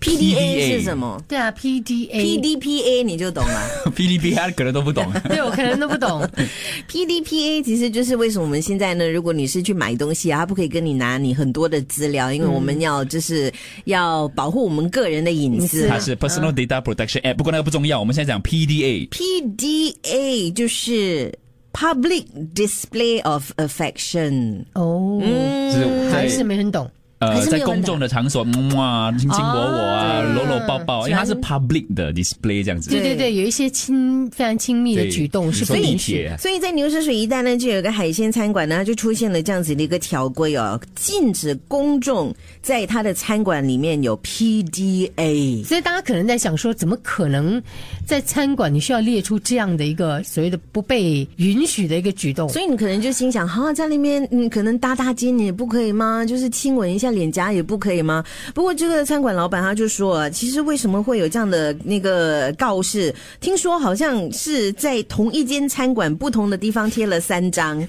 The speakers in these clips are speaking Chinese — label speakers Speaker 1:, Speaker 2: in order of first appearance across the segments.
Speaker 1: PDA
Speaker 2: PDA
Speaker 1: 是什么
Speaker 3: 对啊，PDA。
Speaker 1: ？PDPA 你就懂了。
Speaker 2: PDPA 可能都不懂。
Speaker 3: 对，我可能都不懂。
Speaker 1: PDPA 其实就是为什么我们现在呢？如果你是去买东西啊，他不可以跟你拿你很多的资料，因为我们要就是要保护我们个人的隐私。
Speaker 2: 它是 Personal Data Protection Act，不过那个不重要，我们现在讲 PDA。
Speaker 1: PDA 就是 Public Display of Affection。
Speaker 3: 哦，
Speaker 2: 就是
Speaker 3: 还是
Speaker 2: 在
Speaker 3: 没很懂。
Speaker 1: 还
Speaker 2: 呃，
Speaker 1: 是没
Speaker 2: 在
Speaker 1: 有
Speaker 2: 公众的场所，嗯哇，亲亲我我啊，
Speaker 3: 哦
Speaker 2: 搂搂抱抱，因为它是 public 的 display 这样子。
Speaker 3: 对对对，有一些亲非常亲密的
Speaker 2: 对
Speaker 3: 举动是不
Speaker 2: 所以
Speaker 3: 允
Speaker 2: 地
Speaker 3: 许的。
Speaker 2: 铁啊
Speaker 1: 所以在牛市水一带呢，就有一个海鲜餐馆呢，就出现了这样子的一个条规哦，禁止公众在他的餐馆里面有 PDA。
Speaker 3: 所以大家可能在想说，怎么可能在餐馆你需要列出这样的一个所谓的不被允许的一个举动？
Speaker 1: 所以你可能就心想，哈、在那边，嗯，可能搭搭肩也不可以吗？就是亲吻一下脸颊也不可以吗？不过这个餐馆老板他就说啊，其实为什么会有这样的那个呃告示？听说好像是在同一间餐馆不同的地方贴了三张，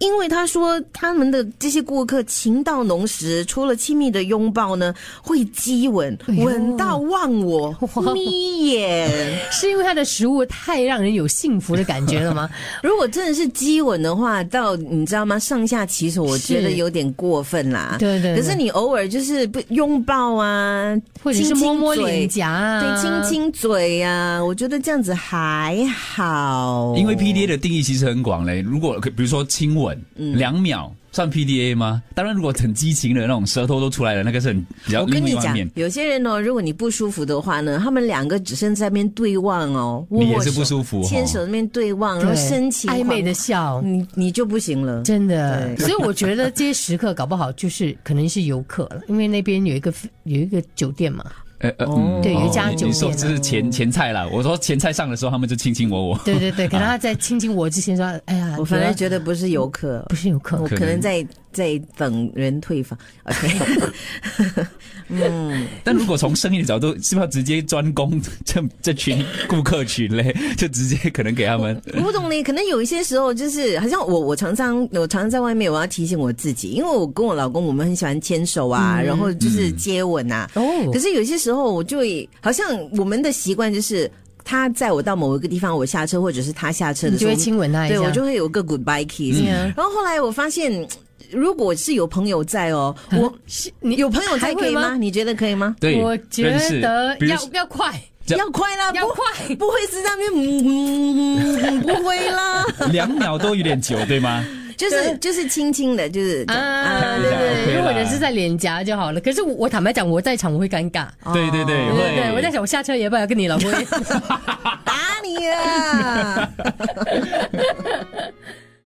Speaker 1: 因为他说他们的这些顾客情到浓时，除了亲密的拥抱呢，会激吻，
Speaker 3: 呦
Speaker 1: 吻到忘我
Speaker 3: 哇，
Speaker 1: 眯眼。
Speaker 3: 是因为它的食物太让人有幸福的感觉了 吗？
Speaker 1: 如果真的是激吻的话，到你知道吗？上下其手，我觉得有点过分啦。
Speaker 3: 对对
Speaker 1: 可
Speaker 3: 对
Speaker 1: 是你偶尔就是不拥抱啊，
Speaker 3: 或者是摸摸脸颊
Speaker 1: 亲
Speaker 3: 啊，
Speaker 1: 亲嘴，对，亲亲嘴啊，我觉得这样子还好。
Speaker 2: 因为 PDA 的定义其实很广嘞，如果比如说亲吻两秒算 PDA 吗？当然，如果很激情的那种舌头都出来了，那个是很比较
Speaker 1: 我跟
Speaker 2: 另
Speaker 1: 你
Speaker 2: 一方
Speaker 1: 讲
Speaker 2: 面，。
Speaker 1: 有些人哦，如果你不舒服的话呢，他们两个只剩在那边对望哦，握
Speaker 2: 你也
Speaker 1: 握
Speaker 2: 是
Speaker 1: 手
Speaker 2: 不舒服哦
Speaker 1: 牵手那边对望，然后深情
Speaker 3: 暧昧的
Speaker 1: 款
Speaker 3: 笑，
Speaker 1: 你你就不行了。
Speaker 3: 真的。
Speaker 1: 对
Speaker 3: 所以我觉得这些食客搞不好就是可能是游客了，因为那边有一个有一个酒店嘛。
Speaker 2: 呃呃，
Speaker 1: 哦
Speaker 2: 嗯
Speaker 3: 对有一家
Speaker 2: 你
Speaker 3: 酒
Speaker 2: 你说
Speaker 3: 店
Speaker 2: 这是前前菜啦，我说前菜上的时候，他们就亲亲我我。
Speaker 3: 对对对，可能他在亲亲我之前说，哎呀，
Speaker 1: 啊我反
Speaker 3: 不
Speaker 1: 而
Speaker 3: 要
Speaker 1: 觉得不是游客，
Speaker 3: 不是游客
Speaker 1: 我，可
Speaker 2: 可能
Speaker 1: 能在在等人退房。OK，
Speaker 2: 但如果从生意的角度，是不是要直接专攻 这这群顾客群嘞？ 就直接可能给他们
Speaker 1: 我不懂嘞，可能有一些时候就是，好像我我常常我常常在外面，我要提醒我自己，因为我跟我老公我们很喜欢牵手啊，然后就是接吻啊。
Speaker 3: 嗯哦
Speaker 1: 可是有些时候我就会好像我们的习惯就是。他载我到某一个地方，我下车或者是他下车的
Speaker 3: 你
Speaker 1: 时
Speaker 3: 就
Speaker 1: 候，
Speaker 3: 会亲吻他一下，
Speaker 1: 对我就会有个 goodbye kiss、
Speaker 3: 嗯
Speaker 1: 然后后来我发现，如果是有朋友在哦，我
Speaker 3: 是嗯你
Speaker 1: 有朋友在
Speaker 3: 还
Speaker 1: 可
Speaker 3: 会
Speaker 1: 以吗？？你觉得可以吗？
Speaker 2: 对
Speaker 3: 我觉
Speaker 2: 认识
Speaker 3: 得
Speaker 2: 比如
Speaker 3: 要要快，
Speaker 2: 要
Speaker 1: 要快啦，
Speaker 3: 要
Speaker 1: 啊不
Speaker 3: 快
Speaker 1: 不会是那边嗯嗯嗯，不会啦，
Speaker 2: 两秒都有点久，对吗？
Speaker 1: 就是就是轻轻的，就是这样
Speaker 3: 啊，
Speaker 1: 啊，
Speaker 3: 对
Speaker 2: 这样
Speaker 3: 对，
Speaker 2: OK
Speaker 3: 对，
Speaker 2: 啦
Speaker 3: 如果人是在脸颊就好了。可是我我坦白讲，我在场我会尴尬，
Speaker 2: 对对
Speaker 3: 哦
Speaker 2: 对，
Speaker 3: 对对对，我在
Speaker 2: 会。
Speaker 3: 想我下车也不要跟你老公，
Speaker 1: 打你啊！